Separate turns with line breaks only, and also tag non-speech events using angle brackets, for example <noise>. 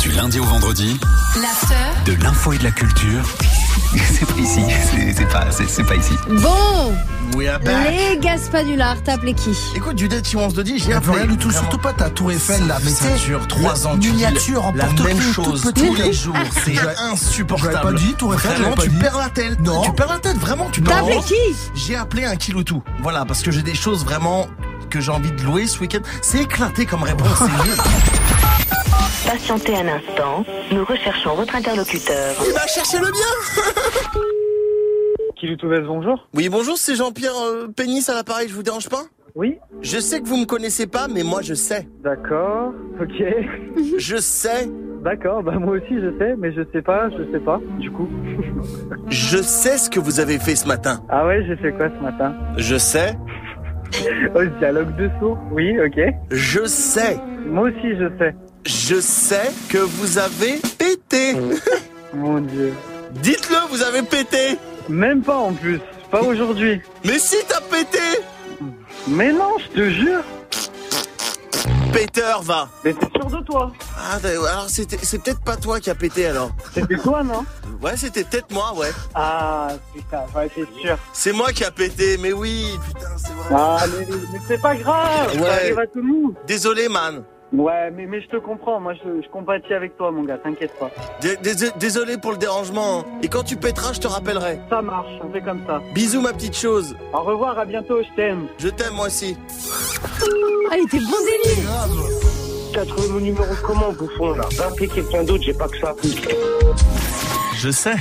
Du lundi au vendredi,
L'after.
de l'info et de la culture. c'est pas ici, c'est- c'est pas, c'est- c'est pas ici.
Bon,
Oui, à back.
les Gaspanulars, t'as appelé qui
Écoute, du date, si on se le dit, j'ai
Elle veut
appelé.
rien du tout,
Vraiment.
surtout pas ta tour Eiffel, la miniature, 3 ans, tu dis
miniature en
la
porte-clés,
même
toute
chose
petite.
tous les
<laughs>
jours, c'est
C'est insupportable.
J'avais pas dit, Tour Eiffel,
Vraiment,
j'avais pas
tu
dit.
perds la tête.
Non.
Tu perds la tête, vraiment, tu
T'as
perds
appelé
la tête.
qui
J'ai appelé un kilo tout. Voilà, parce que j'ai des choses vraiment que j'ai envie de louer ce week-end. C'est éclaté comme réponse, c'est nul.
Patientez un instant, nous recherchons votre interlocuteur.
<laughs> Il va chercher le bien.
Qui lui tout bonjour
Oui, bonjour, c'est Jean-Pierre euh, Pénis à l'appareil, je vous dérange pas
Oui.
Je sais que vous me connaissez pas, mais moi je sais.
D'accord, ok.
Je sais,
D'accord, bah moi aussi je sais, mais je sais pas, je sais pas, du coup.
je sais ce que vous avez fait ce matin.
Ah ouais, j'ai fait quoi ce matin
Je sais,
Oh, dialogue de sourds Oui, ok.
je sais.
Moi aussi je sais.
Je sais que vous avez pété.
Mon dieu.
Dites-le, vous avez pété.
Même pas en plus, pas aujourd'hui.
Mais si t'as pété,
Mais non, je te jure
Peter va.
Mais t'es sûr de toi
Ah, d- alors c'était- c'est peut-être pas toi qui a pété alors.
C'était toi, non
Ouais, c'était peut-être moi, ouais.
Ah, putain, ouais, t'es sûr.
C'est moi qui a pété, mais oui, putain, c'est vrai.
Ah, mais, mais c'est pas grave
Ouais.
Ça arrive à tout le monde
Désolé, man.
Ouais, mais, mais je te comprends, moi je, je compatis avec toi, mon gars, t'inquiète pas.
Dé- dés- Désolé pour le dérangement. hein. Et quand tu péteras, je te rappellerai.
Ça marche, on fait comme ça.
Bisous, ma petite chose.
Au revoir, à bientôt, je t'aime
Je t'aime, moi aussi.
Ah, il était bon délire
T'as trouvé mon numéro comment, bouffon, là Va appeler quelqu'un d'autre, j'ai pas que ça.
Je sais.